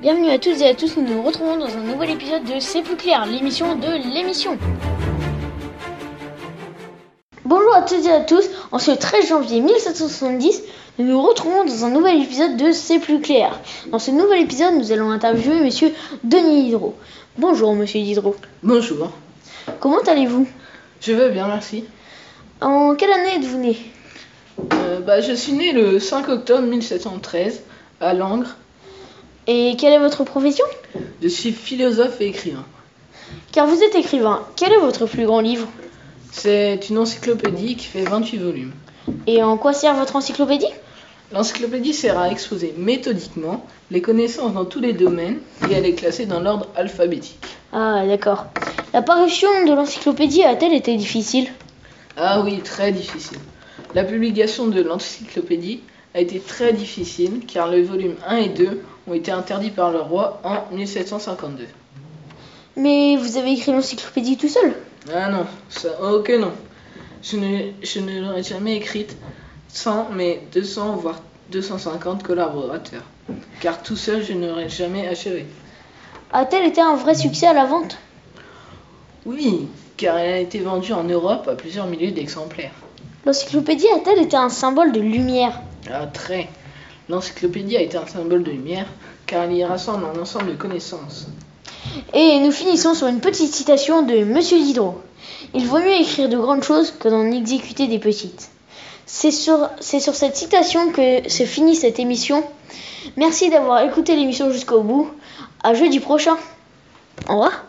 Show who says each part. Speaker 1: Bienvenue à toutes et à tous, nous nous retrouvons dans un nouvel épisode de C'est plus clair, l'émission de l'émission. Bonjour à toutes et à tous, en ce 13 janvier 1770, nous nous retrouvons dans un nouvel épisode de C'est plus clair. Dans ce nouvel épisode, nous allons interviewer monsieur Denis Diderot. Bonjour monsieur Diderot,
Speaker 2: Bonjour,
Speaker 1: comment allez-vous
Speaker 2: je veux bien, merci.
Speaker 1: En quelle année êtes-vous né
Speaker 2: Euh, bah, je suis né le 5 octobre 1713 à Langres.
Speaker 1: Et quelle est votre profession
Speaker 2: Je suis philosophe et écrivain.
Speaker 1: Car vous êtes écrivain, quel est votre plus grand livre
Speaker 2: C'est une encyclopédie qui fait 28 volumes.
Speaker 1: Et en quoi sert votre encyclopédie
Speaker 2: L'encyclopédie sert à exposer méthodiquement les connaissances dans tous les domaines et elle est classée dans l'ordre alphabétique.
Speaker 1: Ah, d'accord. La parution de l'encyclopédie a-t-elle été difficile
Speaker 2: Ah oui, très difficile. La publication de l'encyclopédie a été très difficile car les volumes 1 et 2 ont été interdits par le roi en 1752.
Speaker 1: Mais vous avez écrit l'encyclopédie tout seul
Speaker 2: Ah non, ça, oh que non. Je ne, je ne l'aurais jamais écrite sans mes 200 voire 250 collaborateurs. Car tout seul, je n'aurais jamais achevé.
Speaker 1: A-t-elle été un vrai succès à la vente
Speaker 2: Oui, car elle a été vendue en Europe à plusieurs milliers d'exemplaires.
Speaker 1: L'encyclopédie a-t-elle été un symbole de lumière
Speaker 2: Ah très. L'encyclopédie a été un symbole de lumière car elle y rassemble un ensemble de connaissances.
Speaker 1: Et nous finissons sur une petite citation de Monsieur Diderot. Il vaut mieux écrire de grandes choses que d'en exécuter des petites. C'est sur, c'est sur cette citation que se finit cette émission. Merci d'avoir écouté l'émission jusqu'au bout. À jeudi prochain. Au revoir.